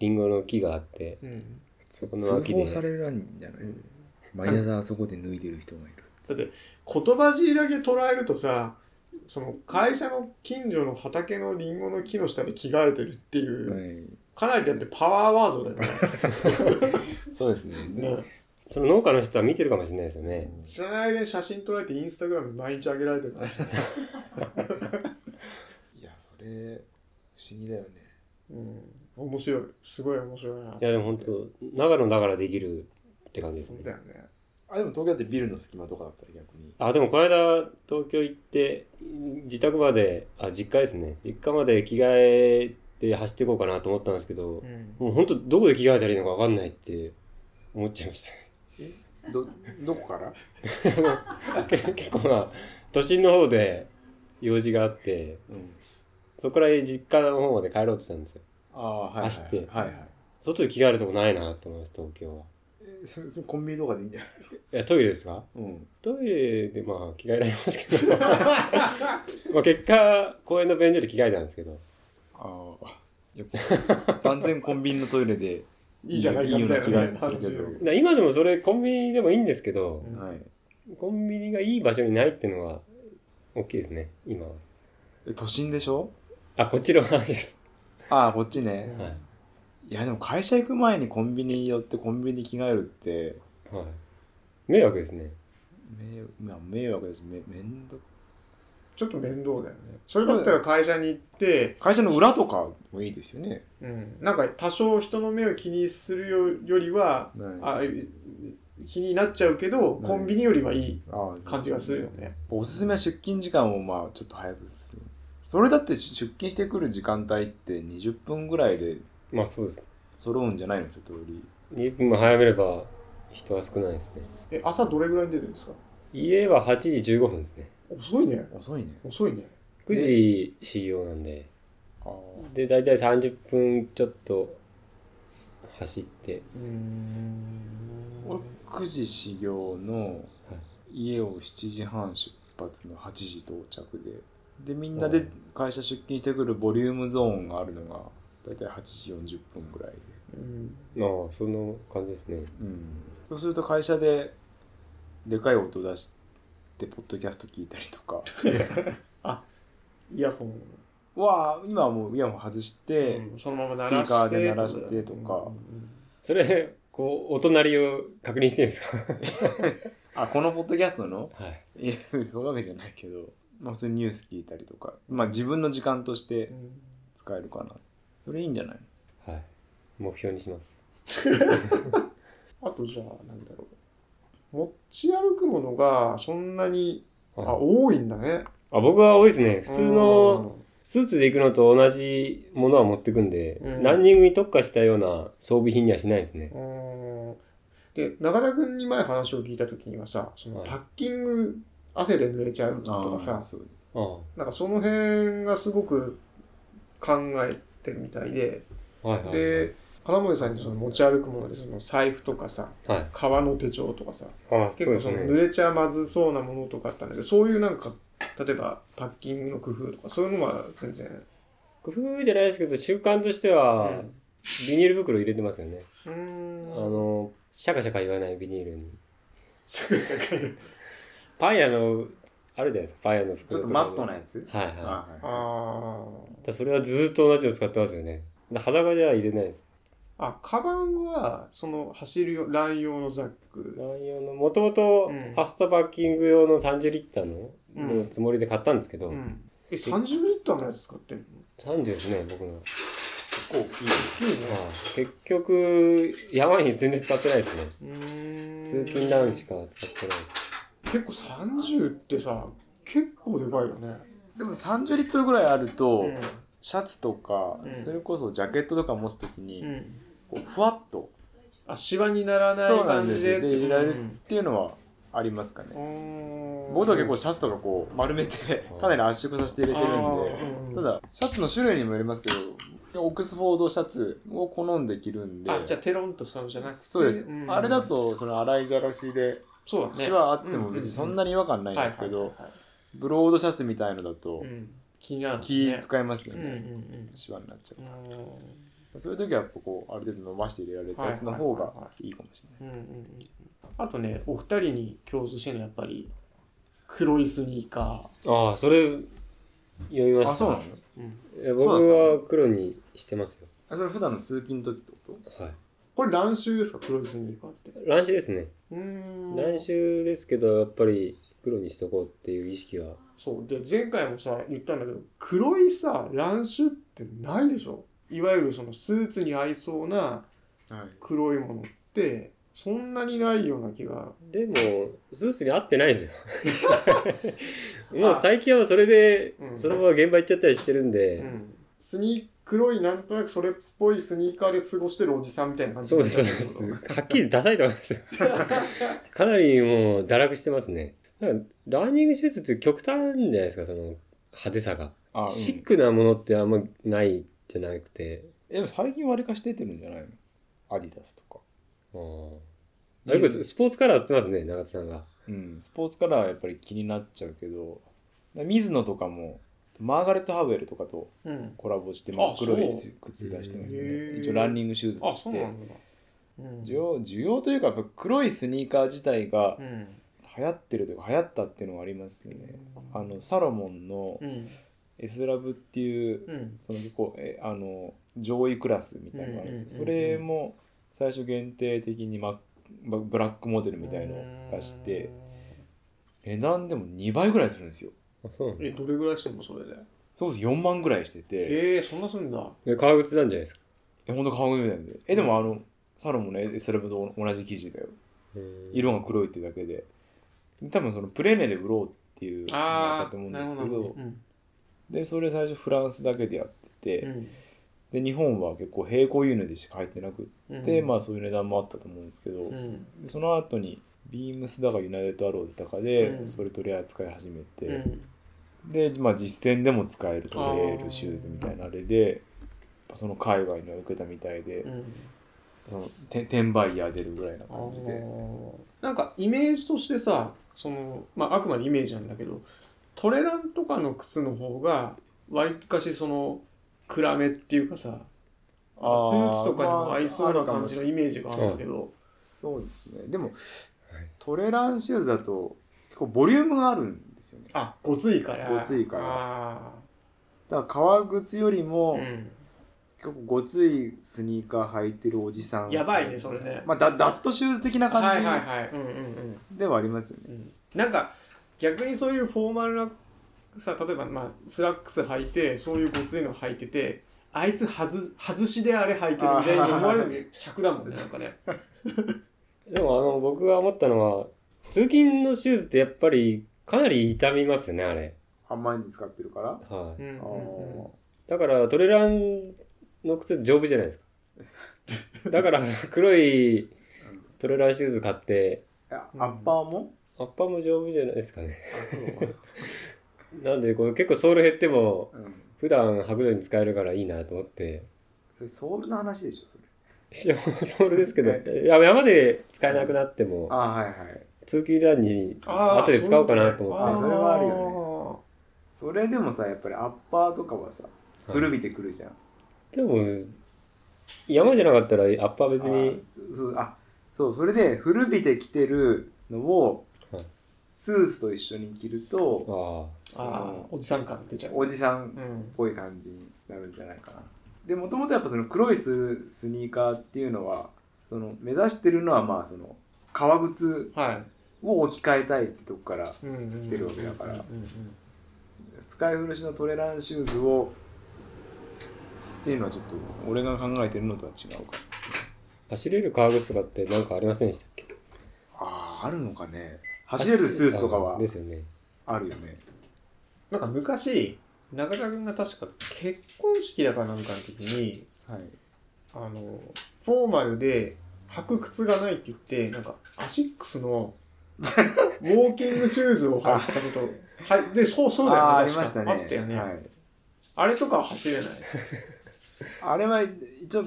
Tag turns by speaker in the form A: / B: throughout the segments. A: 脇があって
B: うん、
A: そこの
C: 通
A: 脇で
C: 報されるんじゃない毎朝あそこで脱いでる人がいる。
B: だって言葉尻だけ捉えるとさその会社の近所の畑のリンゴの木の下で着替えてるっていう、
C: はい。
B: かなりだってパワーワードだよ
A: そうですね
B: ねね
A: その農家の人は見てるかもしれないですよね、
B: 知らない間に写真撮られてインスタグラムに毎日上げられてるから、
C: いや、それ、不思議だよね。
B: うん、面白いすごい面白いない
A: やでも本当長野だからできるって感じです
B: そう
A: ね
B: だよね
C: あ、でも東京だってビルの隙間とかだったら逆に。
A: あでもこの間東京行って自宅まであ実家ですね実家まで着替えて走っていこうかなと思ったんですけど、
B: うん
A: もう本当どこで着替えたらいいのか分かんないって思っちゃいました
C: ど、どこから
A: ね結構まあ都心の方で用事があって
C: うん。
A: そこから実家の方まで帰ろうとしたんですよ
C: ああ、はい、はい。
A: 走って
C: はいはい。
A: 外で着替えるとこないなと思います東京は
C: えそそコンビニとかでいいんじゃない
A: いやトイレですか
C: うん。
A: トイレでまあ着替えられますけど まあ結果公園の便所で着替えたんですけど
C: ああ。よ く完全コンビニのトイレで
B: いいじゃないかみたいなね
C: よう気がするけ
A: な今でもそれコンビニでもいいんですけど
B: うん
C: ど。はい。
A: コンビニがいい場所にないっていうのは大きいですね今は
C: え都心でしょ
A: あこっちの話です、
C: ああ、こっち
B: う
C: ね。
B: ん
A: はい
C: いや、でも会社行く前にコンビニ寄ってコンビニ着替えるって、
A: はい、迷惑ですね
C: 迷まあ迷惑です。めめんど
B: ちょっと面倒だよねそれだったら会社に行って、
C: 会社の裏とかもいいですよね。
B: うん、なんか多少人の目を気にするよよりは
C: は
B: あ
C: い
B: い気になっちゃうけどコンビニよりはいい
C: あ
B: 感じがするよね、
C: おすすめは出勤時間をまあちょっと早くする。それだって出出勤してくる時間帯って20分ぐらいで
A: まあそうです
C: 揃うんじゃないの一通り。
A: 2分も早めれば人は少ないですね
B: え朝どれぐらいに出てるんですか
A: 家は8時15分ですね
B: 遅いね
C: 遅いね。
B: 遅いね
A: 9時始業なんで
C: ああ。
A: で大体30分ちょっと走って
B: うーん
C: 俺9時始業の家を7時半出発の8時到着ででみんな
A: う
C: で
A: ん
C: 会社出勤してくるボリュームゾーンがあるのが大体8時40分ぐらいで、
B: うん
A: まあそんな感じですね
C: うん、そうすると会社ででかい音出してポッドキャスト聞いたりと か
B: イヤフォン
C: わあ今はもうイヤホン外して、
B: うんそのまま
C: スピーカーで鳴らしてとか
A: それこうお隣を確認してるん ですか
C: あこのポッドキャストの
A: はい
C: いやそういうわけじゃないけど、まあ、普通にニュース聞いたりとか、まあ、自分の時間として使えるかなそれいいんじゃない
A: はい目標にします
B: あとじゃあなんだろう持ち歩くものがそんなにあ
A: あ
B: 多いんだね
A: 僕は多いですね普通の
B: うん
A: スーツで行くのと同じものは持ってくんで、
B: うん
A: ランニングに特化したような装備品にはしないですね、
B: うんで中田君に前話を聞いた時にはさその
A: はい
B: パッキング汗で濡れちゃうとか
C: あ
B: さ
C: あそうです
B: なんかその辺がすごく考えてるみたいで、
A: ああはいはいはい
B: で金森さんにその持ち歩くものでその財布とかさ
A: はい
B: 革の手帳とかさ
A: ああ
B: 結構その
A: うです
B: 濡れちゃまずそうなものとかあったんだけどそういうなんか例えばパッキングの工夫とかそういうのは全然、
A: 工夫じゃないですけど習慣として
B: う
A: は
B: ん
A: ビニール袋入れてますよね、
B: うーん、
A: あのシャカシャカ言わないビニールに
B: すごい世界
A: パン屋のあるじゃないですかパン屋の袋
C: ちょっと
A: か
C: マットなやつ
A: はいはいだか
C: ああ
B: あ
A: らそれはずっと同じの使ってますよねだから裸では入れないです
B: ああカバンはその走るよラン用のザック
A: 乱用のもともと
B: うん
A: ファストパッキング用の30リッターの,、
B: うん
A: のつもりで買ったんですけど、
B: うんえ30リッターのやつ使ってる
A: 30ですね僕の、
C: 結構大きい
B: のいいね
A: まあ、結局山に全然使ってないですね
B: うーん
A: 通勤ランしか使ってない
B: 結構30ってさ結構でかいよね、
C: でも30リットルぐらいあると、
B: うん
C: シャツとか、
B: うん
C: それこそジャケットとか持つとき
B: う
C: に、
B: ん、
C: こうふわっと
B: あシワにならない
C: そうなん
B: 感
C: です
B: じで
C: よで入れられ
B: う
C: るっ
B: ん
C: ていうのはありますかね、
B: うん
C: 僕は結構シャツとかこう丸めて
A: うん
C: かなり圧縮させて入れてるん
B: あーうん
C: でただシャツの種類にもよりますけどオックスフォードシャツを好んで着るんで
B: あじゃあテロンとしたのじゃなくて
C: そうです、
B: ん
C: あれだとその洗いざらしで
B: そうだね
C: シワあっても別にそんなに違和感ないんですけどブロードシャツみたいのだと
B: うん気になるね
C: 気使いますよ
B: うんうん
C: ねシワになっちゃう
B: うんうん
C: そういう時はやっぱこうある程度伸ばして入れられたやつの方がいいかもしれない。
B: うんうんうん、あとねお二人に共通してるのはやっぱり黒いスニーカ
A: ああ、それ、読みました。
C: あ、そうなの
B: ー、うん、
A: いや
C: そう
A: 僕
C: だったの
A: は黒にしてますよ。
C: あそれ普段の通勤の時ってこと
A: はい。
B: これ乱臭ですか黒いスニーカーって
A: 乱視ですね。
B: うーん
A: 乱視ですけど、やっぱり黒にしとこうっていう意識は。
B: そうで前回もさ言ったんだけど黒いさ乱臭ってないでしょいわゆるそのスーツに合いそうな
C: はい。
B: 黒いものってそんなにないような気が
A: でも、スーツに合ってないですよ。もう最近はそれで
B: う、ん
A: そのまま現場行っちゃったりしてるんで、
B: うんスニー黒いなんとなくそれっぽいスニーカーで過ごしてるおじさんみたいな感じ
A: そうです、そうです。はっきりダサいと思いますよ。かなりもう堕落してますね。なんかランニングシューズって極端じゃないですか、その派手さが。
C: あ、うん、
A: シックなものってあんまないじゃなくて。
C: でも最近割りかし出てるんじゃないのアディダスとか。
A: あーあよくスポーツカラーって言ってますね、長田さんが。
C: うん、スポーツカラーはやっぱり気になっちゃうけど、水野とかも、マーガレット・ハーウェルとかと
B: うん、
C: コラボして真っ黒い
B: あそう
C: 靴出してました
B: へ
C: ね。
B: ー
C: 一応ランニングシューズ
B: あ
C: と
B: そ
C: し
B: う
C: て
B: な。んだ、うん
C: 需要需要というか、やっぱ黒いスニーカー自体が
B: うん
C: 流行ってるというか、流行ったっていうのはありますよね。あの、サロモンの
B: うん
C: エスラブっていう
B: うん
C: その結構えあの上位クラスみたいなのがあるんですよ
B: うん
C: そ
B: うんうんうん
C: れも最初限定的にマブブラックモデルみたいのを出して値段でも2倍ぐらいするんですよ
A: あそうなんだ
B: えどれぐらいしてもそれで
C: そうそう4万ぐらいしてて
B: えー、そんなすんだ
A: え革靴なんじゃないですか。
C: えほんと顔みたいなんでえでもあのサロンもねそれと同じ生地だよ
A: 色
C: 色が黒いってだけで多分そのプレネで売ろうっていうのがあったと思うんですけど
B: なるほどうん
C: でそれ最初フランスだけでやって
B: う
C: て
B: ん
C: で日本は結構平行輸入でしか入ってなく
B: う
C: っ
B: ん
C: て、まあそういう値段もあったと思うんですけど、
B: うん
C: でその後にビームスだかユナイテッドアローズだかで、
B: うん
C: それ取り扱い始め
B: う
C: て、
B: ん
C: で、まあ、実践でも使えるトレールシューズみたいなあれでやっぱその海外のは受けたみたいで、
B: うん
C: そのて転売ヤー出るぐらいな
B: あ
C: 感じで
B: ーなんかイメージとしてさその、まあ、あくまでイメージなんだけどトレランとかの靴の方が割かしその暗めっていうかさス
C: あー
B: ーツとかに
C: ま
B: も
C: あ
B: 合いそうな感じの
C: あるかもし
B: イメージがあるんだけど、
C: そうですねでもトレランシューズだと結構ボリュームがあるんですよねだか
B: あごついから
C: ごついから
B: あ
C: ら革靴より
B: ー
C: も
B: う
C: 結構ごついスニーカー履いてるおじさん
B: ん、やばいねそれね、
C: まあ、ダダットシューズ的な感
B: はい
C: じ
B: はいはいうんうんうん
C: ではありますよね
B: うんなんか逆にそういうフォーマルなさ例えばまあスラックス履いてそういうごついの履いててあいつ外す外しであれ履いてるみたいに思われるの尺だもん ねなんかね。
A: でもあの僕が思ったのは通勤のシューズってやっぱりかなり痛みますよねあれ、
C: あんまり使ってるから。
A: は
B: うん
A: い、
B: うんうん
A: だからトレランの靴丈夫じゃないですかだから黒いトレランシューズ買って
C: あ
B: うん
C: アッパーも、
A: アッパーも丈夫じゃないですかね
C: あそう
A: なんでこう結構ソール減っても
C: うん、
A: 普段履くのに使えるからいいなと思って
C: それソールの話でしょそれ
A: しソールですけどいや山で使えなくなっても
C: あはいはい
A: 通勤ランに
B: あー
A: 後で使おうかなと思
C: あ
A: って
C: ーそれはあるよそれでもさやっぱりアッパーとかはさ
A: はい
C: 古びてくるじゃん、
A: でも山じゃなかったらアッパー別に
C: あそそうあそうそれで古びてきてるのを
A: はい
C: スーツと一緒に着ると
A: あ
B: あーあーおじさん感出ちゃう。
C: おじさん
B: う
C: っ
B: ん
C: ぽい感じになるんじゃないかなでもともとやっぱその黒いススニーカーっていうのはその目指してるのはまあその革靴
B: は
C: を置き換えたいってとこから
B: い。うんうん
C: 来てるわけだから
B: うんうん
C: 使い古しのトレランシューズをっていうのはちょっと俺が考えてるのとは違うか
A: 走れる革靴とかってなんかありませんでしたっけ
C: あああるのかね走れるスーツとかは
A: あですよね
C: あるよね
B: なんか昔中田君が確か結婚式だかなんかの時に
C: はい
B: あのフォーマルで履く靴がないって言ってなんかアシックスのウォーキングシューズを履いてたことはいでそうそうだよね
C: あああり
B: 確か
C: ましたね
B: あったよね、
C: はい、
B: あれとかは走れない
C: あれは一応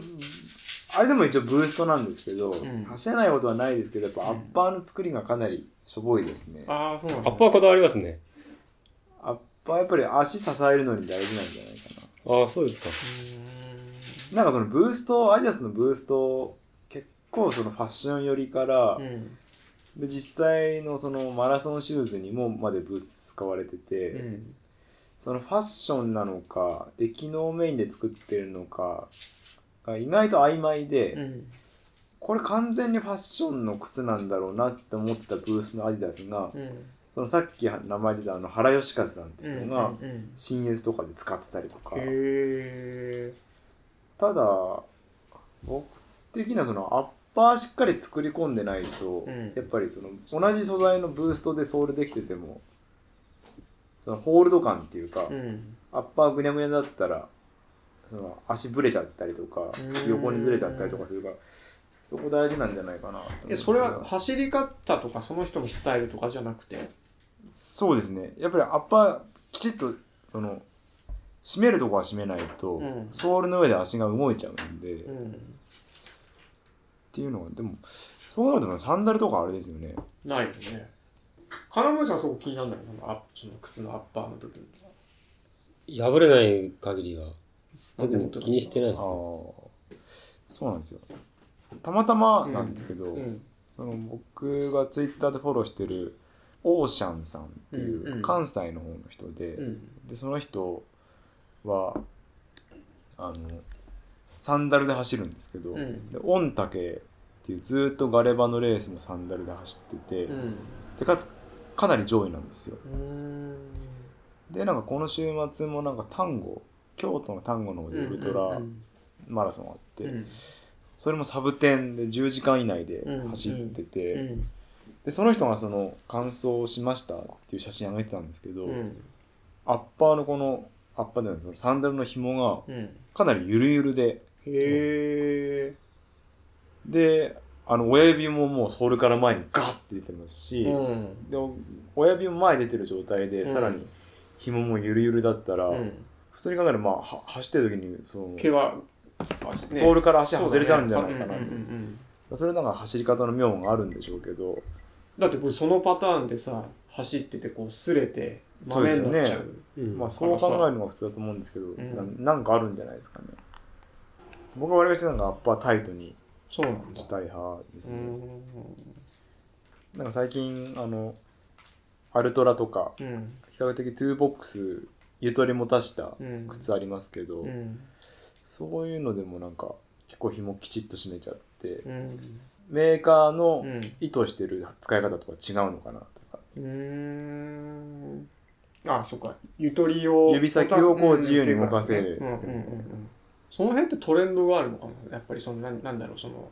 C: あれでも一応ブーストなんですけど、
B: ん
C: 走らないことはないですけどやっぱアッパーの作りがかなりしょぼいですね、
B: ああそうなん
A: アッ
B: だ
A: パーこだわりますね
C: アッパーやっぱり足支えるのに大事なんじゃないかな
A: ああそうですか
B: うー
C: なんかそのブーストアディダスのブースト結構そのファッション寄りから、
B: うん
C: で実際のそのマラソンシューズにもまでブース使われてて、
B: うん
C: そのファッションなのかで機能メインで作ってるのかが意外と曖昧で、
B: うん
C: これ完全にファッションの靴なんだろうなって思ってたブースのアディダスが、
B: うん
C: そのさっき名前出たあの原義和さんって人が
B: うんうん
C: 新越とかで使ってたりとか、
B: へ
C: ただ僕的にはそのアッパーしっかり作り込んでないと、
B: うん
C: やっぱりその同じ素材のブーストでソールできててもそのホールド感っていうか、
B: ーうん
C: アッパーぐにゃぐにゃだったらその足ぶれちゃったりとか
B: うん
C: 横にずれちゃったりとかするからそこ大事なんじゃないかなと思
B: え
C: うんですけ
B: そ
C: ど
B: れは走り方とかその人のスタイルとかじゃなくて
C: そうですねやっぱりアッパーきちっとその締めるとこは締めないと、
B: うん
C: ソールの上で足が動いちゃうんで、
B: う
C: っ
B: ん
C: ていうのはでもそうなるともうサンダルとかあれですよね
B: ないよね金森さんはそこ気になるんだけどアップその靴のアッパーの部分
A: 破れない限りは、
B: なん
A: 特
B: で持っ
A: に
B: てたんですか
A: 気にしてない
C: あ
A: です
C: あ
A: ね。
C: そうなんですよたまたまなんですけど、
B: うん
C: その僕がツイッターでフォローしてるオーシャンさんってい
B: うんう
C: うん関西の方の人で、
B: うん
C: でその人はあのサンダルで走るんですけど、
B: うん
C: で御嶽っていうずっとガレバのレースもサンダルで走ってて、
B: うん
C: でかつかなり上位なんですよ
B: うーん
C: でなんかこの週末もなんか丹後京都の丹後の方でウルトラマラソンあって、
B: うん
C: それもサブ10で10時間以内で走ってて、
B: うん
C: でその人がその感想しましたっていう写真上げてたんですけど、
B: うん
C: アッパーのこのアッパーじゃないそのサンダルの紐が
B: うん
C: かなりゆるゆるで
B: へ
C: であの親指ももうソールから前にガッて出てますし、
B: えうん
C: でお親指も前出てる状態で、
B: うん
C: さらに紐もゆるゆるだったら、
B: うん
C: 普通に考えると、まあ、は走ってる時にその、
B: 毛は
C: ソールから足外れちゃうんじゃないか
B: そ
C: な
B: うだねうんうんうんうん
C: それなんか走り方の妙があるんでしょうけど
B: だってこれそのパターンでさ走っててこう擦れて
C: そうですよね
B: 豆になっちゃう
A: うん
C: まあそう考えるのが普通だと思うんですけど、
B: ん
C: ななんかあるんじゃないですかね僕は割りしてなんかアッパータイトに
B: そうなんだ
C: したい派です
B: うー
C: ね、
B: ん
C: なんか最近あのアルトラとか
B: うん
C: 比較的トゥーボックスゆとり持たした
B: うん
C: 靴ありますけど、
B: うん
C: そういうのでもなんか結構紐きちっと締めちゃって
B: うん
C: メーカーの
B: うん
C: 意図してる使い方とか違うのかなとか、
B: うーんあそっかゆとりを
C: 指先をこう自由に動かせる
B: うんうんうんうんその辺ってトレンドがあるのかなやっぱりそのなんなんだろうその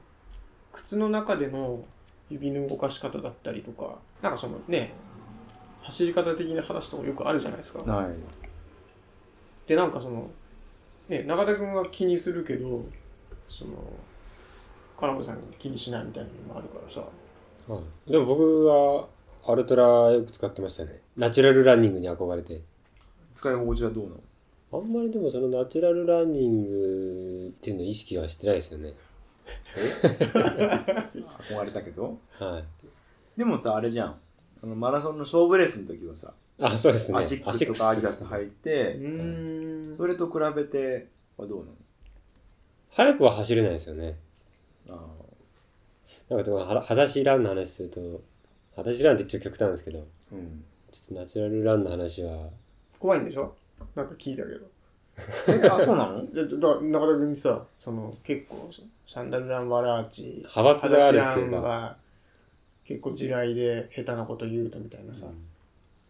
B: 靴の中での指の動かし方だったりとかなんかそのね走り方的な話とかよくあるじゃないですか
C: はい
B: でなんかその、ね、中田君は気にするけどその金子さんが気にしないみたいなのもあるからさ
A: はいでも僕はアルトラよく使ってましたね。ナチュラルランニングに憧れて。
C: 使い心地はどうなの
A: あんまりでもそのナチュラルランニングっていうのを意識はしてないですよね。
C: 憧れたけど
A: はい。
C: でもさあれじゃんあのマラソンの勝負レースの時はさ、
A: あ、そうですね。
C: アシックスとかアディダス履いうて、
B: ーん
C: それと比べてはどう
A: 早くは走れないですよね。
C: なの
A: なんかでもは裸足ランの話すると、裸足ランってちょっと極端ですけど、
C: あーうん
A: ちょっとナチュラルランの話は、
B: 怖いんでしょなんか聞いたけど
C: えあそうなの
B: でだ中田君にさその結構サンダルラン・ワラーチ
A: 派閥がある
B: ラ
A: ってい
B: ン
A: うか、
B: は結構地雷で下手なこと言うとみたいなさ、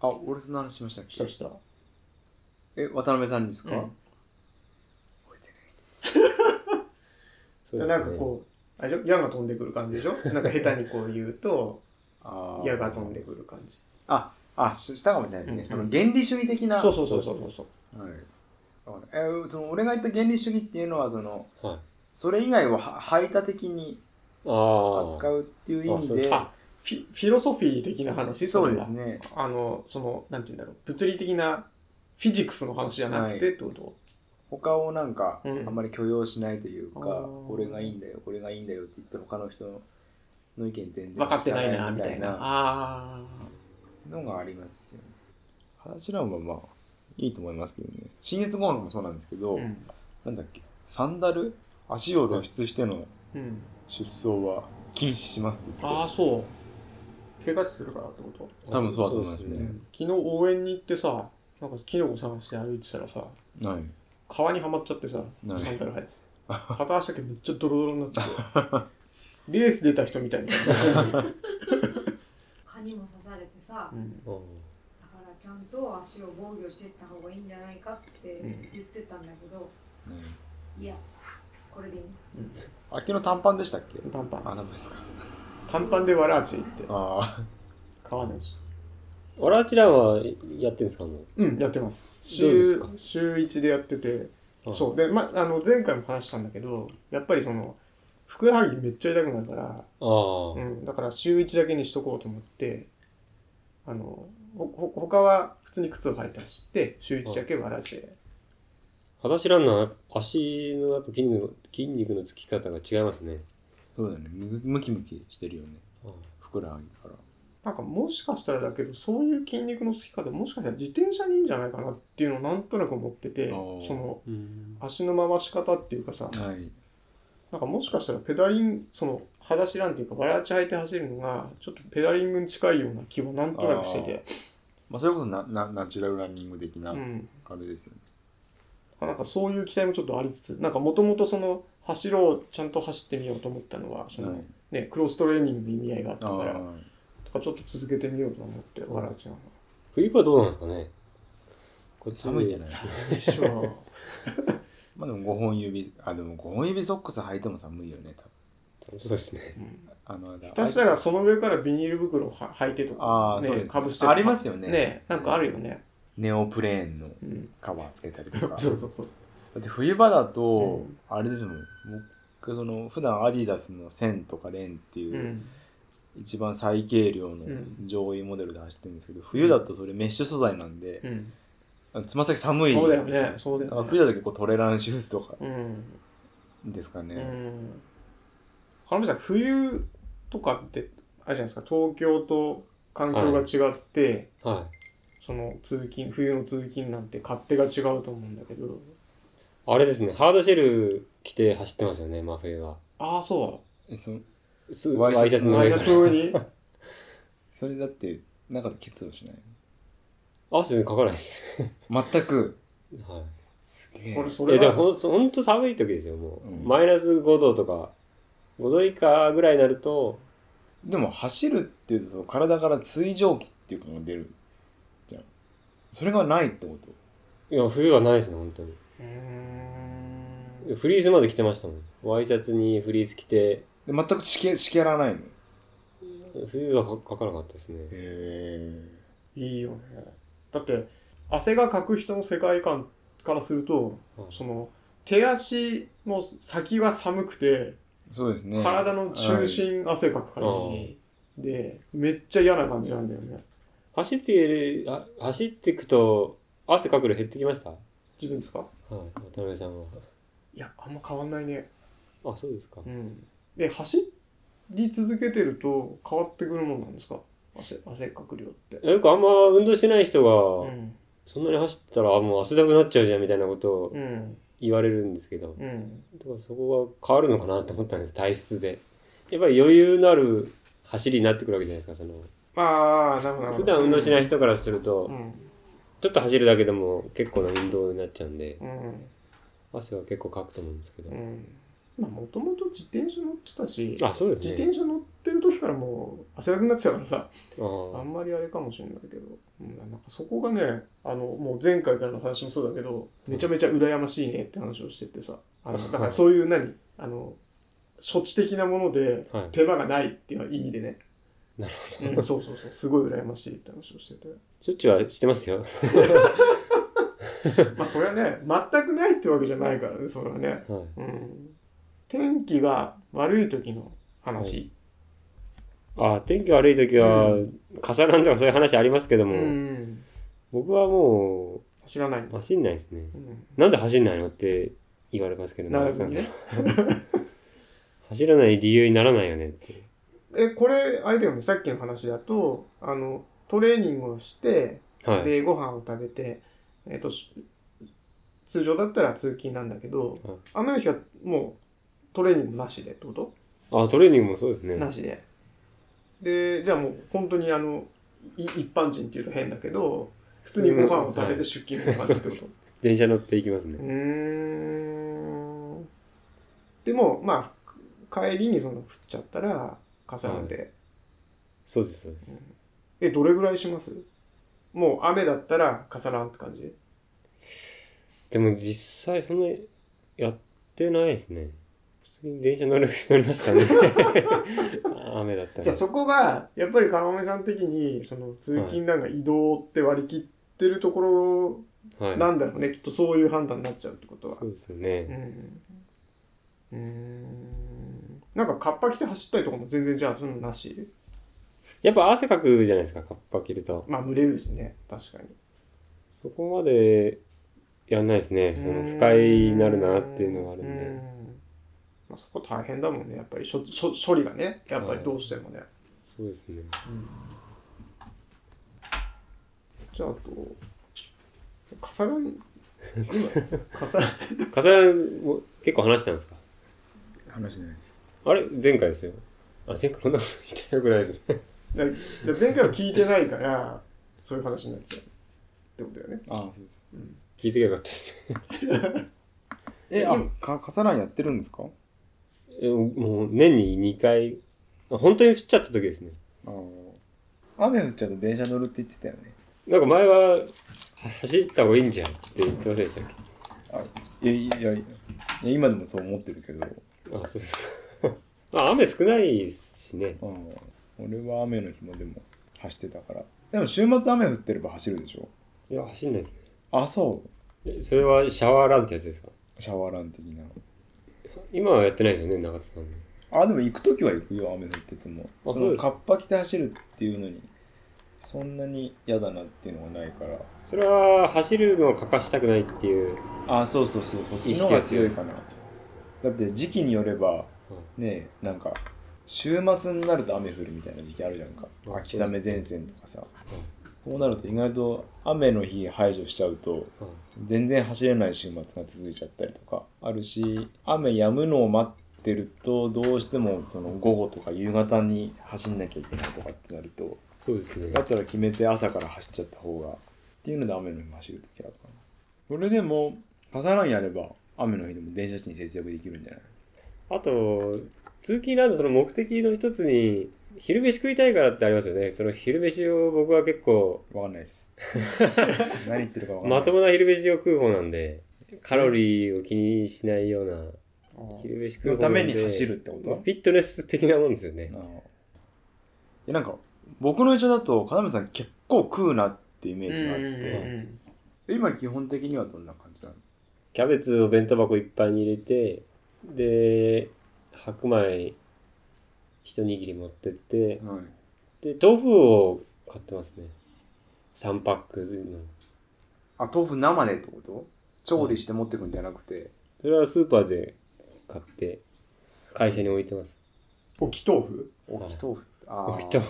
C: あ俺そんな話しましたっ
B: した
C: け
B: した
C: え渡辺さんですか、
B: うん
A: そうですね
B: でなんかこうあれでしょ矢が飛んでくる感じでしょなんか下手にこう言うと
C: あー
B: 矢が飛んでくる感じ
C: ああししたかもしれないですね、
B: うん
C: その原理主義的な
B: そうそうそうそうそうそう
C: はいわかんないえーその俺が言った原理主義っていうのはその
A: はい。
C: それ以外をは排他的に
A: ああ。
C: 扱うっていう意味
A: あ
C: で
B: あフィフィロソフィー的な話
C: そう
B: れ
C: で
B: は
C: すね
B: あのそのなんて言うんだろう物理的なフィジックスの話じゃなくてってこと、
C: 他をなんかあ
B: うん
C: んまり許容しないというか、
B: あー
C: 俺がいいんだよ俺がいいんだよって言って他の人の意見全然
B: 分かってないなみたいな
C: な
B: あ
C: のがありますよね話しランはまあいいと思いますけどね新越ゴールもそうなんですけど、
B: ーうん
C: なんだっけサンダル足を露出しての
B: うん。
C: 出走は禁止しますって言
B: ああ、
C: って
B: そう。怪我するからってこと
C: て多分そうだと思います
A: そう
C: ね
A: ですね
B: 昨日応援に行ってさ、なんかキノコ探して歩いてたらさ、
C: はい
B: 川にはまっちゃってさ、
C: はい
B: サンダル履いて た。片足だけめっちゃドロドロになってて。レース出た人みたいになってた
D: 蚊にも刺されてさ
B: う、ん
D: だからちゃんと足を防御してった方がいいんじゃないかって言ってたんだけど、いや、これでいい。
C: 秋の短パンでしたっけ
B: 短パ
C: あ
B: ン。
C: なんですか
B: 短パンでわらあち行って、
C: あ
B: 川のやつ。
A: オラチランはやってるんですかも
B: うん、やってます。
A: どうです
B: 週
A: か、
B: 週1でやってて、
A: う。
B: そう。で、ま、あの、前回も話したんだけど、やっぱりその、ふくらはぎめっちゃ痛くなるか
A: あ
B: ら、
A: あ。
B: うん、だから週1だけにしとこうと思って、あの、ほ、ほ、他は普通に靴を履いて走って、週1だけわらじで。
A: 裸足ランナー、足のやっぱ筋肉筋肉のつき方が違いますね。
C: そうだねむムキムキしてるよねふくらはぎから
B: なんかもしかしたらだけど、そういう筋肉のつき方、もしかしたら自転車にいいんじゃないかなっていうのをなんとなく思ってて、
C: あー
B: その、
A: うん。
B: 足の回し方っていうかさ、
C: はい
B: なんかもしかしたらペダリング、その、裸足ランっていうか、バラチ履いて走るのが、ちょっとペダリングに近いような気はなんとなくしてて、
C: まあそれこそななナチュラルランニング的な
B: うん。
C: あれですよね
B: なんかそういう期待もちょっとありつつ、なんかもともとその、走ろう、ちゃんと走ってみようと思ったのは、その、
C: はい
B: ね、クロストレーニングの意味合いがあった
C: あ
B: か
C: ー
B: ら、とかちょっと続けてみようと思って、
A: ん
B: わらちゃんは。
A: 冬はどうなんですかねこっち
C: 寒いんじゃない
B: でしょ。
C: まあでも5本指あでも5本指ソックス履いても寒いよね多分
A: そうですね。
B: うん
C: あの
B: ひたしたらその上からビニール袋をは履いてと
C: あ
B: か
C: あ、、そうです
B: ね、
C: ね
B: かぶして
C: ありますよね
B: ね、なんかあるよね。
C: ネオプレーンの
B: うん。
C: カバーつけたりとか
B: そうそうそう。
C: だって冬場だと、
B: うん
C: あれですもん僕その普段アディダスの1000とかレンっていうう、
B: ん。
C: 一番最軽量の
B: うん
C: 上位モデルで走ってるんですけど、冬だとそれメッシュ素材なんで、
B: うん。
C: つま先寒い
B: そうだよね。そうだ
C: だか
B: よ
C: ら
B: ね。
C: 冬だと結構トレランシューズとか
B: うん。
C: ですか
B: う
C: ね、
B: ん。金目さん、冬とかって、あれじゃないですか、東京と環境が違って、
A: は
B: その通勤、冬の通勤なんて勝手が違うと思うんだけど、
A: い。あれですね、ハードシェル着て走ってますよね、真冬は。
B: ああ、そ
C: えそ
A: す
C: ワイシャツ
A: シャツ
B: う。
A: の
B: ワ
A: 上
B: イ
A: か
B: シャ
A: ら
B: ツ。の上に。
C: それだって中で結露しない
A: 汗かかないです。
C: 全く
A: はい。
C: すげえ
B: それ、そ
A: いや
B: れ
A: でもほ
B: は。
A: んほんと寒い時ですよもう、
C: うん
A: マイナス5度とか5度以下ぐらいになると
C: でも走るっていうとその体から水蒸気っていうのが出るじゃんそれがないってこと
A: いや冬はないですね本当に
B: うーん。
A: フリースまで着てましたもんワイシャツにフリース着て
C: で全くしけしけらないのへ
A: 冬はかかかなかったですね
C: え
B: いいよね。だって、汗がかく人の世界観からすると、その、手足の先が寒くて、
C: そうですね
B: 体の中心汗かく感じで、めっちゃ嫌な感じなんだよね。
A: 走ってるあ走っていくと汗かく量減ってきましたはい
B: 自分ですか
A: 渡辺さんはい
B: や、あんま変わんないね。
A: あそうですか
B: うん。で、走り続けてると変わってくるもんなんですか汗、汗かく量って。
A: よくあんま運動してない人
B: う
A: が、
B: ん。
A: そんなに走ったらあもう汗だくなっちゃうじゃんみたいなことを
B: うん。
A: 言われるんですけど、
B: うん。
A: だからそこが変わるのかなと思ったんです体質でやっぱり余裕のある走りになってくるわけじゃないですかその
B: ああ、なるほど。。
A: 普段運動しないい人からすると、
B: うん。
A: ちょっと走るだけでも結構な運動になっちゃうんで
B: うん。
A: 汗は結構かくと思うんですけど、
B: うん。まあ、もともと自転車乗ってたし、
A: あそうです
B: 自
A: ね
B: 転車乗ってる時からもう汗だくになってたからさ、
A: あ
B: あ
A: ー
B: んまりあれかもしれないけど、うん、なんかそこがね、あの、もう前回からの話もそうだけど、めちゃめちゃ羨ましいねって話をしててさ、あのだからそういう何、あの、処置的なもので
A: はい
B: 手間がないっていう意味でね、
A: なる
B: うんそうそうそう、すごい羨ましいって話をしてて。
A: しょっちゅうはしてますよ
B: まあそれはね、全くないってわけじゃないからね、それはね。
A: はい
B: うん。天気が悪い時の
A: は
B: 話。
A: あー天気悪い時は、
B: う
A: 傘なんとかそういう話ありますけども、
B: うん。
A: 僕はも
B: 知らないん
A: う
B: だ。
A: 走んないですね
B: うん。
A: なんで走んないのって言われますけど
B: なる
A: 皆
B: ほ
A: さ
B: ど
A: ん
B: ね。
A: 走らない理由にならないよねって
B: え、これ、あれだよね、さっきの話だと、あの、トレーニングをして、
A: はい
B: で、ご飯を食べて、えっ、と、し通常だったら通勤なんだけど、
A: うん
B: 雨の日はもうトレーニングなしでってこと、
A: あ、トレーニングもそうですね。
B: なしで。で、じゃあもう本当にあの、い一般人っていうと変だけど、普通にご飯を食べて出勤する感じってこと。
A: 電車乗っていきます
B: う
A: ね。
B: ーん。でも、まあ、帰りにその降っちゃったら、傘なんで、
A: そうです、そうです。
B: え、どれぐらいしますもう雨だったら傘ランって感じ
A: でも実際そんなやってないですね。普通に電車乗る乗りますか ね。雨だったら。
B: じゃあそこが、やっぱりカラオメさん的に、その通勤なんか移動って割り切ってるとこ
A: は
B: ろ
A: い。
B: なんだろうね。きっとそういう判断になっちゃうってことは。
A: そうですよね。
B: うんうんなんかカッパ着て走ったりとかも全然じゃあそんなのなし
A: やっぱ汗かくじゃないですか、カッパ着ると。
B: まあ蒸れるしね確かに
A: そこまでやんないですね。その不快になるなっていうのがあるん
B: う
A: で。
B: まあ、そこ大変だもんねやっぱり処処処理がねやっぱりどうしてもね、
A: そうですね。
B: じゃああと重なる今重なる
A: 笠原も結構話したんですか
C: 話ないです
A: あれ前回ですよ。あ、前回こんなこと言ってよくないですね。
B: だだ前回は聞いてないからそういう話になっちゃうってことだよね
C: あそうです
A: 聞いてけばよかったですね。
C: えあか傘ランやってるんですか
A: えもう年に2回、あ本当に降っちゃった時ですね。
C: ああ雨降っちゃうと電車乗るって言ってたよね
A: なんか前はは走った方がいいんじゃんって言ってませんでしたっけ
C: いやいやいやいや今でもそう思ってるけど
A: あそうですか まあ雨少ないですしね
C: うん俺は雨の日もでも走ってたからでも週末雨降ってれば走るでしょ
A: いや走んないですね
C: あそう
A: えそれはシャワーランってやつですか
C: シャワーラン的な
A: 今はやってないですよね中田さんも
C: あでも行く時は行くよ雨降ってても
A: あ
C: そ
A: そう
C: の
A: です
C: カッパ着て走るっていうのにそんなに嫌だなっていうのがないから
A: それは走るのを欠かしたくないっていう
C: あそうそうそうそっちの方が強いかなだって時期によればねえなんか週末になると雨降るみたいな時期あるじゃんか
A: うん
C: 秋雨前線とかさこうなると意外と雨の日排除しちゃうと
A: うんうん
C: 全然走れない週末が続いちゃったりとかあるし雨止むのを待ってるとどうしてもその午後とか夕方に走んなきゃいけないとかってなると
A: そうですね
C: だったら決めて朝から走っちゃった方がっていうので雨の日も走る時あるかなそれでも傘ランやれば雨の日でも電車賃節約できるんじゃない
A: あと通勤ランドその目的の一つに昼飯食いたいからってありますよねその昼飯を僕は結構
C: わかんないです 何言ってるかわかんない
A: まともな昼飯を食う方なんでカロリーを気にしないような昼飯食う
C: の
A: 方な
C: た
A: んで
C: めに走るってこ
A: フ
C: と
A: ィットネス的なもんですよね
C: あ。のいやなんか僕の印象だと要さん結構食うなってイメージがあって、今基本的にはどんな感じなの
A: キャベツを弁当箱いっぱいに入れて、で、白米一握り持ってって、
C: はい、
A: で、豆腐を買ってますね。3パックの。
C: あ豆腐生でってこと調理して持ってくんじゃなくて、
A: それはスーパーで買って、会社に置いてます。
B: 置き豆腐
C: 置き豆腐あー
A: 置き豆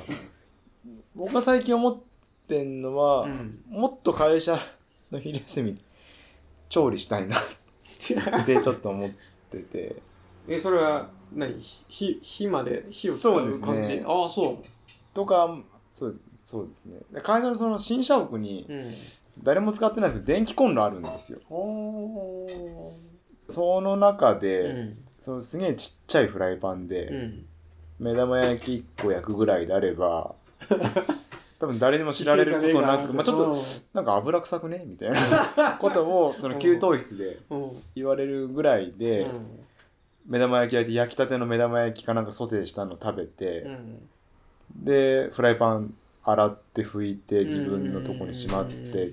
C: 僕が最近思ってんのは、
B: ん
C: もっと会社の昼休み調理したい なってちょっと思ってて
B: えそれは何火火まで火を使
C: そうで
B: う
C: すね
B: 感じ、ああそ
C: とかそうですそうですねで会社のその新社屋に
B: う、うん、
C: 誰も使ってないんですけど電気コンロあるんですよ
B: おー
C: その中で、
B: うん
C: そのすげえちっちゃいフライパンで、
B: うん
C: 目玉焼き1個焼くぐらいであれ ば多分誰にも知られることなくまあちょっとなんか油臭くねみたい なことをその給湯室で
B: うんうん
C: 言われるぐらいで、目玉焼き焼いて焼きたての目玉焼きかなんかソテーしたの食べて、
B: うん
C: でフライパン洗って拭いて
B: ん
C: 自分のとこにしまってってい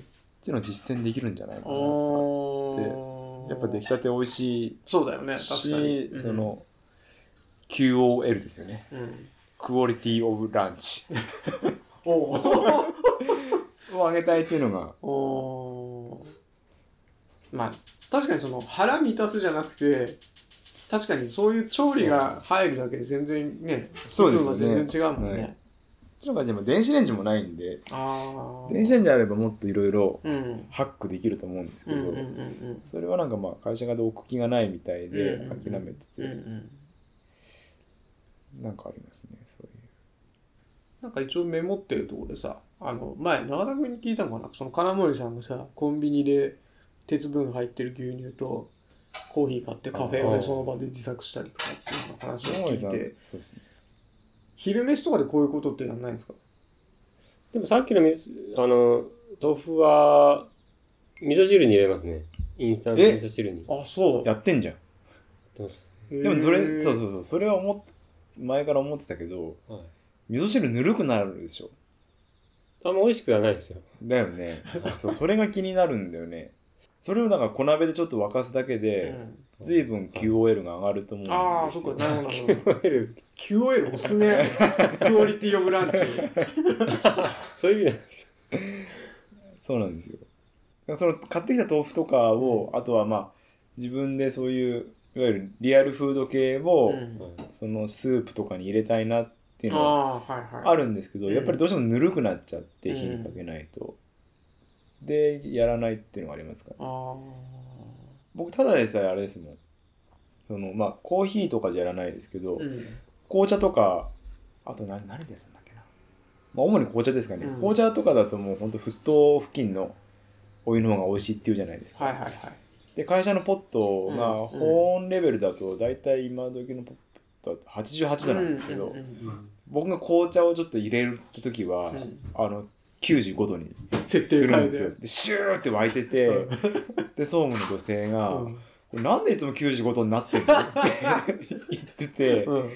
C: うのを実践できるんじゃないかなと
B: お
C: かやっぱ出来たて美味し
B: そうだよね
C: い
B: 確
C: し、
B: かに
C: そ、の QOL ですよね
B: うんうん、
C: クオリティオブランチ
B: おー
C: を上げたいっていうのが
B: おーまあ確かにその腹満たすじゃなくて確かにそういう調理が入るだけで全然ね
C: そうですよ
B: 部
C: ね
B: 分が全然違うもんね、
C: はいちの会社でも電子レンジもないんで
B: ああ
C: 電子レンジあればもっといろいろ
B: うんうん
C: ハックできると思うんですけ
B: う
C: ど、
B: んうんうん
C: それはなんかまあ会社が置く気がないみたいで
B: うんうんうん
C: 諦めてて、
B: うんうん
C: なんかありますねそういう
B: なんか一応メモってるところでさあの前永田君に聞いたのかなその金森さんがさコンビニで鉄分入ってる牛乳とコーヒー買ってカフェオレその場で自作したりとかっていうような話を
C: 野上
B: 聞
C: さ
B: い
C: ん
B: て
C: そうですね
B: 昼飯とかでこういうことってやんないんですか
A: でもさっきの水あの豆腐は味噌汁に入れますねインスタント味
C: え
A: 噌汁にや
B: あそう
C: やってんじゃん
A: ってます、
C: でもそれそうそううそうそれは思っ前から思ってたけど
A: はい、
C: 味噌汁ぬるくなるでしょ
A: あんま美味しくはないですよ
C: だ よねそうそれが気になるんだよねそれをなんか小鍋でちょっと沸かすだけで、随分 QOL が上がると思うんですよ
B: ああそっかなる ほどなるほど
A: いわゆる
B: QOL おす ねクオリティオブランチ
A: そういう意味なんです
C: そうなんですよだからその買ってきた豆腐とかを、あとはまあ自分でそういういわゆるリアルフード系
B: う
C: を、
B: ん
A: はい
C: そのスープとかに入れたいなっていう
B: あ
C: のは
B: あはいはい
C: あるんですけど、
B: うん
C: やっぱりどうしてもぬるくなっちゃって、
B: うん
C: 火にかけないとでやらないっていうのがありますから
B: ああ
C: 僕ただでさえあれですもんそのまあコーヒーとかじゃやらないですけど、
B: うん
C: 紅茶とかあと何何でやったんだっけな、まあ、主に紅茶ですかね、
B: うん
C: 紅茶とかだともうほんと沸騰付近のお湯の方が美味しいっていうじゃないですか、
B: はいはいはい
C: で会社のポットが
B: うん
C: 保温レベルだと大体今時のポットだと88度なんですけ
B: う
C: ど、
B: んうんうん
C: 僕が紅茶をちょっと入れる時は、
B: うん
C: あの95度に
B: 設
C: す
B: 定
C: る
B: 変
C: ん
B: え
C: ですよでシューって沸いてて、
B: うん
C: で総務の女性
B: う
C: が、
B: ん
C: これなんでいつも95度になってんのって言ってて、
B: うん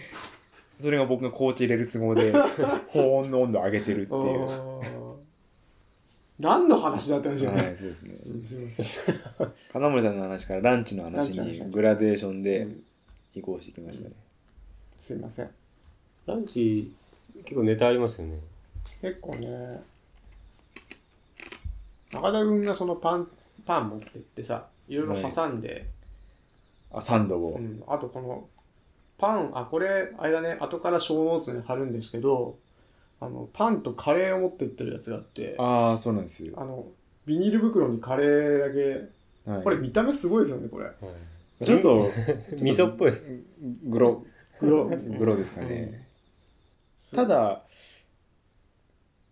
C: それが僕が紅茶入れる都合で保温の温度を上げてるっていう。は
B: 何の話だったんで
C: い、
B: し
C: そ
B: ょ
C: う
B: うね。
C: ですね。
B: うんすみません。
C: 金森さんの話からランチの話
B: ランチの
C: に
B: 話
C: グラデーション
B: う
C: で
B: ん
C: 移行してきましたね。
B: すいません。
A: ランチ結構ネタありますよね
B: 結構ね、中田君がそのパン、パン持ってってさ、いろいろ挟んで、
C: あ、サンドを。
B: うんあとこの、パン、あ、これ、あれだね、後から小ノーツに貼るんですけど、あの、パンとカレーを持ってってるやつがあって、あ
C: ああ、そうなんですよ。
B: の、ビニール袋にカレーだけ、
C: はい、
B: これ見た目すごいですよね、これ。
A: はい
C: ちょっと
A: 味噌っぽいです
C: グロ
B: グロ
C: グロですか
B: うん
C: ね。た、だ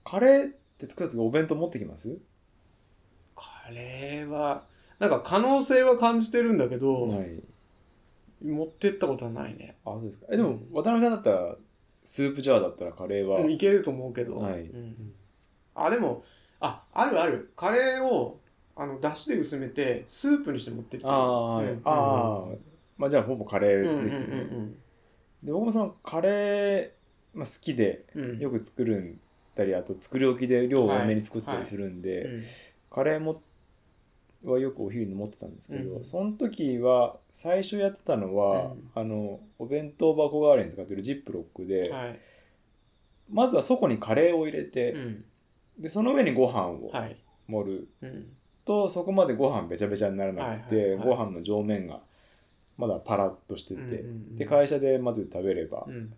C: カレーって作るときお弁当持ってきます？
B: カレーは、なんか可能性は感じてるんだけど、
C: はい。
B: 持ってったことはないね。
C: あ、そうですか。え、でも渡辺さんだったらスープジャーだったらカレーは。
B: うんいけると思うけど。
C: はい
B: うんあ、でも、あ、あるある。カレーを、あの、だしで薄めて、スープにして持ってって
C: あ
B: る
C: あ、
B: う
C: はい
B: ん
C: あーまあじゃあほぼカレーですよね。で僕もそのカレー、まあ、好きで
B: うんうんうんうん。
C: よく作るんだりあと作り置きで量を多めに作ったりするんで、
B: うん
C: カレーもはよくお昼に持ってたんですけど、
B: うん
C: その時は最初やってたのは、
B: うん
C: あのお弁当箱代わりに使ってるジップロックで、
B: はい。
C: まずはそこにカレーを入れて、
B: うん
C: でその上にご飯を
B: はい。
C: 盛る、
B: うん
C: とそこまでご飯べちゃべちゃにならなくて、
B: はいはいはい
C: ご飯の上面がまだパラッとしてて、
B: うんうんうん
C: で会社でまず食べれば
B: うん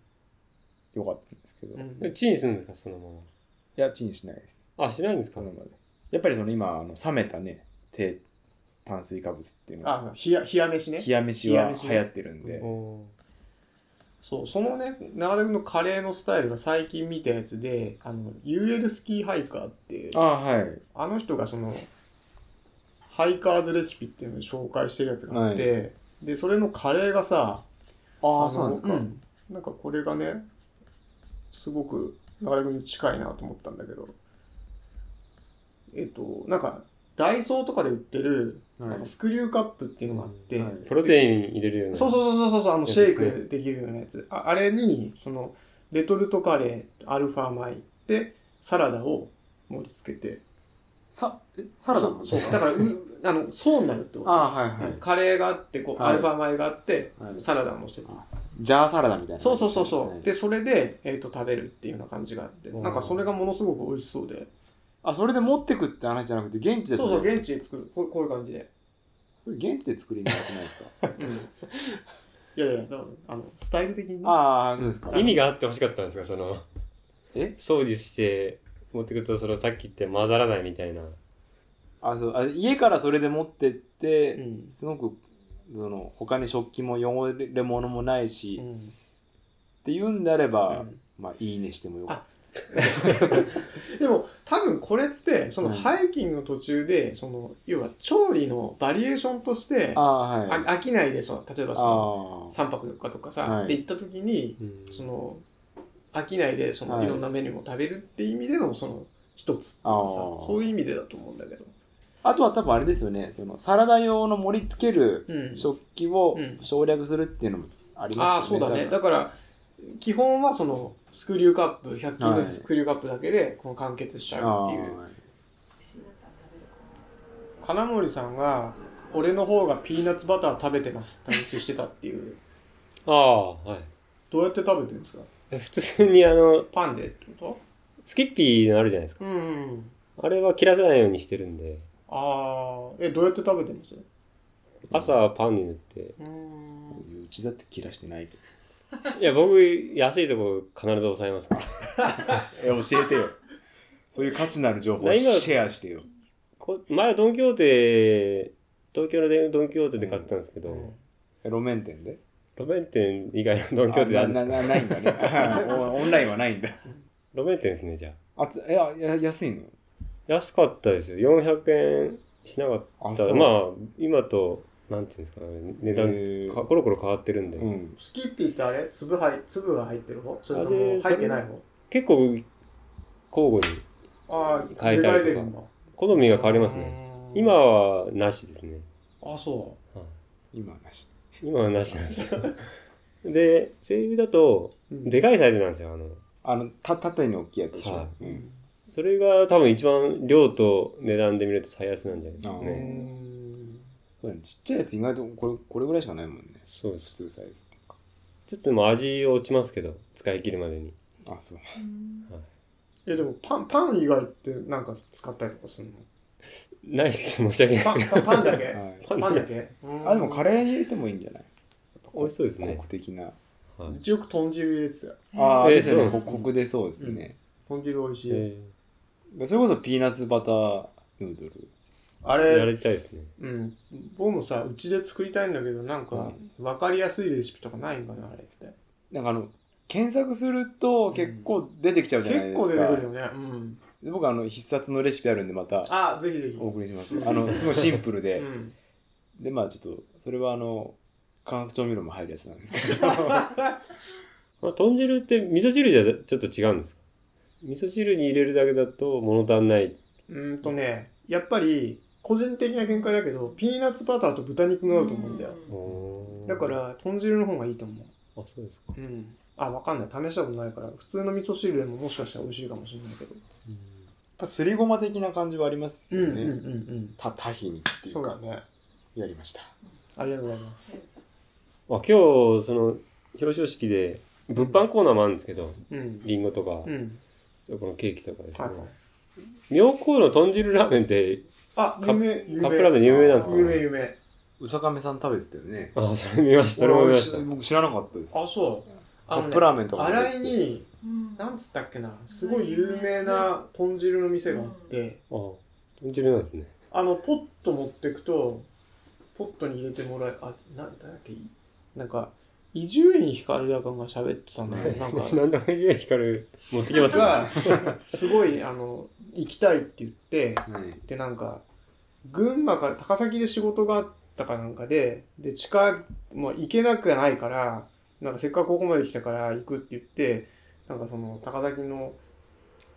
C: よかったんですけど、
B: うん
A: チンするんですかそのま
C: いやチンしないです
A: まあしないんですか
C: そのまでやっぱりその今あの冷めたね低炭水化物っていうのが
B: あ、冷や、冷や飯ね。
C: 冷や飯は
B: 冷や飯ね
C: 流行ってるんで、
A: お
B: そう、そのね、長田君のカレーのスタイルが最近見たやつで、あの、UL スキーハイカーっていう、
C: ああはい
B: あの人がその、ハイカーズレシピっていうのを紹介してるやつがあって、で、それのカレーがさ、
C: あ
B: のうんなんかこれがね、すごく長田君に近いなと思ったんだけど、えっと、なんか、ダイソーとかで売ってる、
C: はい
B: なんかスクリューカップっていうのがあって、
C: はい
A: プロテイン入れるような
B: そうそうそうそうそうあの
A: やつ
B: シ
A: で
B: ェイ
A: すね
B: クできるようなやつああれにそのレトルトカレーアルファ米でサラダを盛り付けて
C: さえサラダも
B: そうそうだからうあの層になるってこと
C: ああはいはい、
B: カレーがあってこう、
C: はい
B: アルファ米があって
C: はい
B: サラダもしてて、
C: ジャーサラダみたいな
B: そうそうそうそう、
C: はい
B: でそれで、えー、と食べるっていうような感じがあって
A: うん
B: なんかそれがものすごく美味しそうで
C: あそれで持ってくって話じゃなくて現地
B: そうそう
C: これ
B: 現地で作るこうこういう感じで、
C: 現地で作りに行くないです か
B: うんいやいやだからあのスタイル的にね
C: ああそうですか
A: 意味があってほしかったんですかその
C: え
A: 装理して持ってくるとそのさっき言って混ざらないみたいな
C: あそうあ家からそれで持ってって、
B: うん
C: すごくその他に食器も汚れ物もないし、っ
B: ん
C: ていうんであれば、
B: うん
C: まあいいねしてもよかっ
B: でも多分これってその
C: うん
B: ハイキングの途中で、その要は調理のバリエーションとして
C: た。あー
B: あ
C: はい。
B: 飽きないでその例えばその
C: あー
B: 3泊4日とかさ、
C: はい
B: で行った時にその飽きないでその
C: はい
B: いろんなメニューも食べるって意味でのその一つっていうかさ
C: あー
B: そういう意味でだと思うんだけど、
C: あとは多分あれですよねそのサラダ用の盛り付ける
B: うん、
C: 食器を
B: うん
C: 省略するっていうのもあり
B: ああ
C: ま
B: ー
C: す
B: そ
C: よ
B: う
C: ね。
B: だね
C: 多
B: だから基本はそのスクリューカップ100均
C: は
B: の
C: い
B: スクリューカップだけでこの完結しちゃう
C: 分
B: っていう、
D: 私だったら食べるか
B: 金森さんが「俺の方がピーナッツバター食べてます」って話してたっていう
A: ああはい
B: どうやって食べてるんですか
A: え普通にあの
B: パンでってこ
A: スキッピーのあるじゃないですか
B: とうん
A: あれは切らせないようにしてるんで
B: ああえどうやって食べてます
A: 朝はパンに塗って
B: うん
C: うちだって切らしてないけど。
A: いや僕安いとこ必ず抑えますから
C: え教えてよ。そういう価値のある情
A: 報をシェ
C: アしてよ。
A: こ前はドン・キホーテ東京のでドン・キホーテで買ったんですけど、
C: 路面店で
A: 路面店以外のドン・キホーテであるんですか
C: ない んだねオンラインはないんだ
A: 路面店ですねじゃあ
C: あついやや安いの
A: 安かったですよ400円しなかっ
C: あ
A: たまあ今となんていうんですかね値段、
C: へー
A: かコロコロ変わってるんで、
C: うん
B: スキッピーってあれ粒入粒が入ってる方それと
A: あれ
B: も入ってない方
A: 結構交互に
B: ああ
A: 変えたりとか
B: 入れ替えてるんだ
A: 好みが変わりますね
B: うん
A: 今はなしですね
B: あそ
C: 今はなし
A: 今はなしなんですよでセイビだと
B: う
A: でかいサイズなんですよあの
C: あのた縦に大きいやつでしょ、
A: は
C: う
B: うんん
A: それが多分一番量と値段で見ると最安なんじゃないですか
B: う
A: ね
B: ん
C: そうだねちっちゃいやつ意外とこれこれぐらいしかないもんね
A: そうで
C: 普
A: す
C: 通サイズっていうか
A: ちょっとでも味落ちますけど使い切るまでに
C: あそう
D: なうん
B: いやでもパンパン以外ってなんか使ったりとかするの
A: ないですけど申し訳ないです
B: パ
A: け
B: ンパンパンだ け
C: はい
B: パンだけ
C: あでもカ
B: レ
C: レーに入れてもいいんじゃない
A: ど 美味しそうです
C: コ
A: ね
C: ク的な
A: はい
B: 一応豚汁入れてたよ
C: ああ
A: えー
C: ですよね
A: そう
C: ココクでそうですね、
B: 豚汁美味しい、
A: え
C: でそれこそピーナッツバターヌードル
B: あ
A: ーや
B: れ
A: りたいですね
B: うん僕もさうちで作りたいんだけどなん
C: う
B: か分かりやすいレシピとかないんかなあれって
C: なんかあの検索すると結構出てきちゃうじゃない
B: 結
C: です
B: 構
C: か、
B: 出てくるよねうん
C: で僕あの必殺のレシピあるんでまた
B: あぜひぜひ
C: お送りしますあのすごいシンプルで、
B: うん、
C: でまあちょっとそれはあの化学調味料も 入るやつなんですけど
A: まあ、豚汁って味噌汁じゃちょっと違うんですか味噌汁に入れるだけだと物足んない
B: うんとねやっぱり個人的な見解だけどピーナッツバターと豚肉が合うと思うんだよだから豚汁の方がいいと思
A: あそうですか
B: ううんあ分かんない試したことないから普通の味噌汁でももしかしたら美味しいかもしれないけど
C: すりごま的な感じはありますよね、
B: ん
C: たタヒニっていう
B: そうだ
C: か
B: ね
C: やりました
B: ありがとうございます
A: あ今日その表彰式で物販コーナーもあるんですけど
B: うん
A: りんごとか
B: う、ん
A: このケーキとかですね、
B: はいはい
A: 妙高の豚汁ラーメンって
B: あ
A: カ
B: 有名有名
A: カップラーメン有名なんですか、
B: 有名有名
C: うさかめさん食べてたよね
A: あそれ見ましたそれも見ました
C: 俺僕知らなかったです
B: あそう
C: カ
B: あの
C: ッ
B: ね
C: プラーメンとかも
B: 新井に
D: うん
B: なんつったっけなすごい有名な豚汁の店があって
A: あ豚汁なんですね
B: あのポット持ってくとポットに入れてもらえあなんだっけなんか伊集院光だかが喋ってたんだけどな んか
A: 何だかじゃ光る持ってきますね
B: がすごいあの行きたいって言って
C: はい
B: でなんか群馬から高崎で仕事があったかなんかでで近いもう行けなくはないからなんかせっかくここまで来たから行くって言ってなんかその高崎の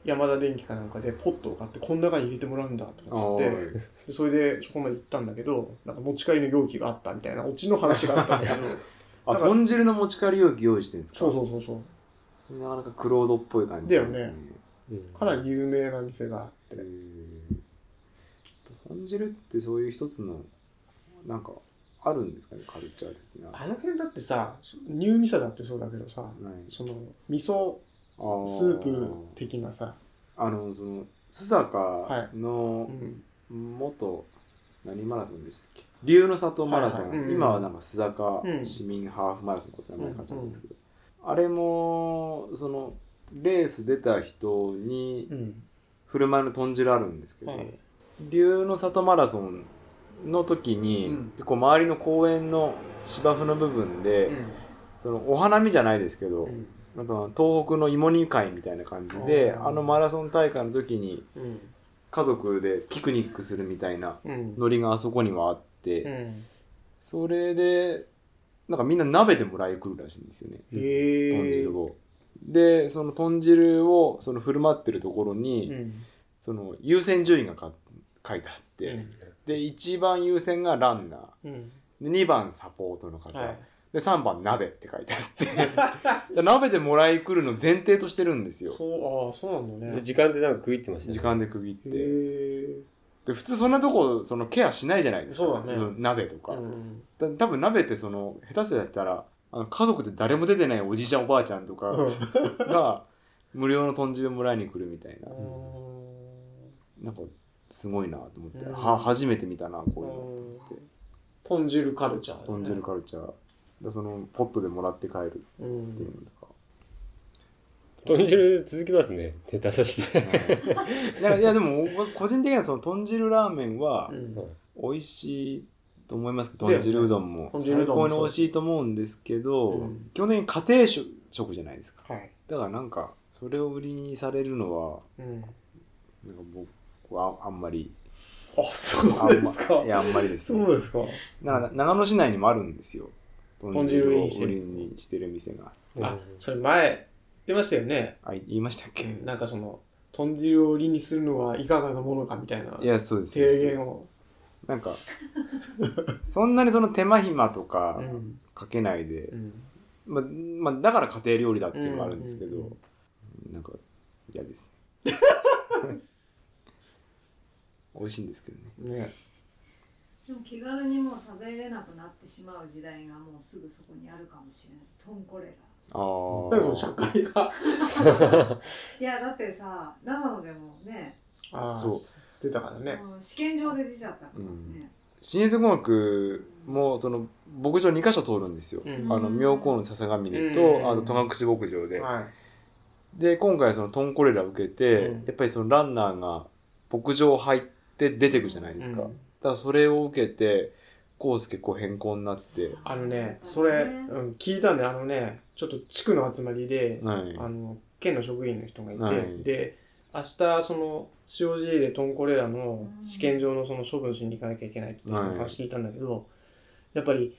B: 山田電機かなんかでポットを買ってこの中に入れてもらうんだとかっつ
C: お
B: って
C: ーい
B: でそれでそこまで行ったんだけどなんか持ち帰りの容器があったみたいなオチの話があったんだけど
C: あ豚汁の持ち帰り容器用意してるんです
B: そ
C: か
B: うそうそうそう
C: それなかなかクロードっぽい感じなんです
B: だよね
A: うん
B: かなり有名な店があって
C: へー豚汁ってそういう一つのなんかあるんですかねカルチャー的な、
B: あの辺だってさニューミサだってそうだけどさ
C: はい
B: その味噌
C: あー
B: スープ的なさ、
C: あのその須坂の
B: うん、
C: 元、何マラソンでしたっけ龍の里マラソン、
B: はいはいうん
C: 今はなんか須坂
B: うん
C: 市民ハーフマラソンって名前になっちゃったんですけど、あれもそのレース出た人に
B: うん
C: 振る舞いの豚汁あるんですけど、
B: はい
C: 龍の里マラソンの時に、
B: うん
C: 結構周りの公園の芝生の部分で、
B: うん
C: そのお花見じゃないですけど、
B: うん
C: あと東北の芋煮会みたいな感じで
B: あー
C: あのマラソン大会の時に
B: うん
C: 家族でピクニックするみたいな
B: うん
C: ノリがあそこにはあって、
B: うん
C: それでなんかみんな鍋でもらい来るらしいんですよね
B: へえ
C: 豚汁を。でその豚汁をその振る舞ってるところに、
B: うん
C: その優先順位がか書いてあって、
B: うん
C: で1番優先がランナー
B: うん
C: で2番サポートの方、
B: はい
C: で3番鍋って書いてあって で鍋でもらい来るの前提としてるんですよ
B: そうああそうなんだね
A: 時間でなんか食いってました
C: 時間で区切って
B: へえ
C: で普通そんなとこそのケアしないじゃないですか
B: そうだね
C: の鍋とか、
B: うん
C: だ多分鍋ってその下手すりだったらあの家族で誰も出てないおじいちゃんおばあちゃんと
B: う
C: か
B: ん
C: が無料の豚汁もらいに来るみたいな、なんかすごいなと思って、
B: うん
C: は初めて見たなこういうの。
B: うん豚汁カルチャーだね
C: 豚汁カルチャー、だそのポットでもらって帰る
B: う
C: っていうんのとか、
A: 豚汁続きますね手出さして
C: いやいやでも僕個人的にはその豚汁ラーメンは
B: うん
C: 美味しいと思いますけど、豚汁うどんも
B: 豚
C: 最
B: 汁うどんも
C: 高に美味しいと思うんですけど、
B: うん
C: 基本的に家庭食食じゃないですか
B: はい
C: だからなんかそれを売りにされるのは
B: うん
C: なんか僕はあんまり
B: あそうです
C: あん
B: か
C: まいやあんまりですね
B: そうですか
C: だから長野市内にもあるんですよ豚汁を
B: 豚汁売
C: 売
B: り
C: りにしてる店が
B: あそれ前言ってましたよね
C: あ言いましたっけ、
B: なんかその豚汁を売りにするのはいかがなものかみたいない
C: やそうですそうで
B: 提
C: す
B: 言を
C: なんかそんなにその手間暇とか
B: うん
C: かけないで
B: う、ん
C: ままあだから家庭料理だっていうのがあるんですけど、
B: うんうん
C: なんか嫌ですね 美味しいんですけどね
B: ね
D: でも気軽にもう食べれなくなってしまう時代がもうすぐそこにあるかもしれないトンコレラ
C: あー
B: なんかその社会 が
D: いやだってさ長野でもね、
B: あー
C: そう
B: 出たからね
D: もう試験場で出ちゃったからですね、
C: 新越語学もその牧場2箇所通るんですよ、
B: うん
C: あの妙高の笹上根と、
B: うん
C: あと戸隠牧場で、
B: は
C: で今回そのトンコレラ受けて、
B: うん
C: やっぱりそのランナーが牧場入って出てくじゃない
B: い
C: ですか、
B: うん
C: だからそれを受けてコース結構変更になって、
B: あのねそれうん聞いたんであのねちょっと地区の集まりで
C: はい、
B: あの県の職員の人がいて、
C: はい
B: で明日その塩尻でトンコレラの試験場のその処分しに行かなきゃいけないっていう
C: はい
B: 話聞いたんだけど、やっぱり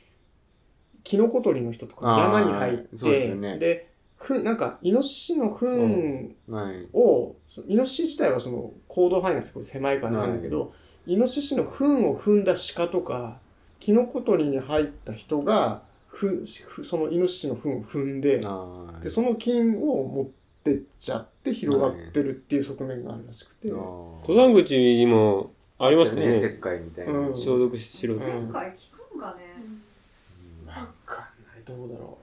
B: キノコ取りの人とか
C: あー
B: 山に入って
C: そうですよね
B: でふんなんかイノシシの糞
C: はい、
B: を、そのイノシシ自体はその行動範囲がすごい狭いからなんだけど、イノシシの糞を踏んだ鹿とかキノコ取りに入った人がふふそのイノシシの糞を踏んで。
C: はい
B: でその菌を持ってっちゃって広がってるっていう側面があるらしくて、
C: あー
A: 登山口にもありましたよね
C: 石灰みたいな、
B: うん
A: 消毒しろ
B: う
D: 世
B: ん
D: 界聞くんかね、
B: わかんないどうだろ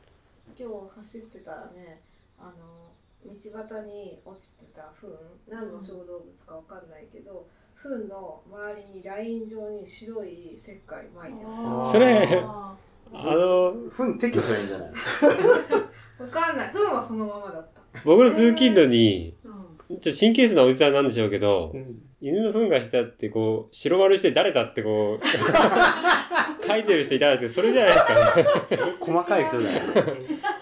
E: 今日走ってたらねあの道端に落ちてた糞何の小動物かわかんないけど糞の周りにライン状に白い石灰巻いてあ
B: う
A: それ
D: あ
A: あの
C: ふん撤去すればいいんじゃない
E: るわかんない糞はそのままだった
A: 僕の通勤路に
D: ーうん
A: ちょっと神経質なおじさんなんでしょうけど
B: う、うん、
A: 犬の糞がしたってこう白丸して誰だってこ う書いてる人いたんですけどそれじゃないですか、ね、
C: 細かい人だよ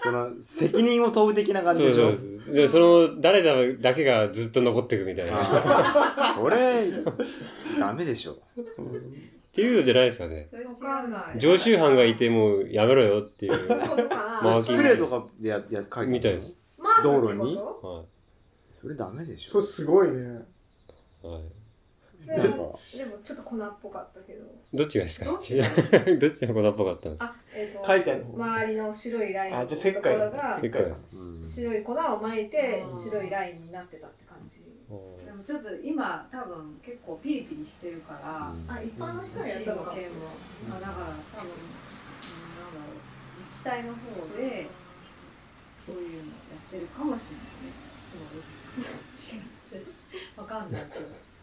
C: その責任を問う的な感
A: そう
C: じでし
A: そ
C: ょ
A: うそうでその誰だだけがずっと残っていくみたいなっ
C: あーそれダメでしょ
A: ていうのじゃないですかね
D: それ違う
E: わかんない
A: 常習犯がいてもうやめろよっていう、は
E: ことか
A: マ
E: な
A: ーキ
C: スプ
A: ング
C: レーとかでやや書い
A: みたい
C: て
A: で
C: るの
A: す
E: マークって
C: 道路
E: こ
C: に
E: と
C: それダメでし
B: そ
C: ょ
B: れすごいね
A: はい、
E: で
C: なんか
E: もでもちょっと粉っぽかったけど
A: どっちがですか
E: どっちだ
A: どっちが粉っぽかったんですか
E: あえっ、
B: 書
E: と
B: いてある方
E: 周りの白いライン
B: あ
E: の
B: じ
E: と
B: ゃあ
E: こ
B: 石
E: ろ
B: 灰
E: が
A: 石灰
C: うん
E: 白い粉を巻いて
D: うん
E: 白いラインになってたって感じ
D: でもちょっと今多分結構ピリピリしてるから、
E: あ一般の人がやっ
D: 市
E: た
D: の
E: のかも
D: 件も、あ、だから多分ちうんなんだろう自治体の方でそういう のやってるかもしれないねそうです 違ってわかんないけど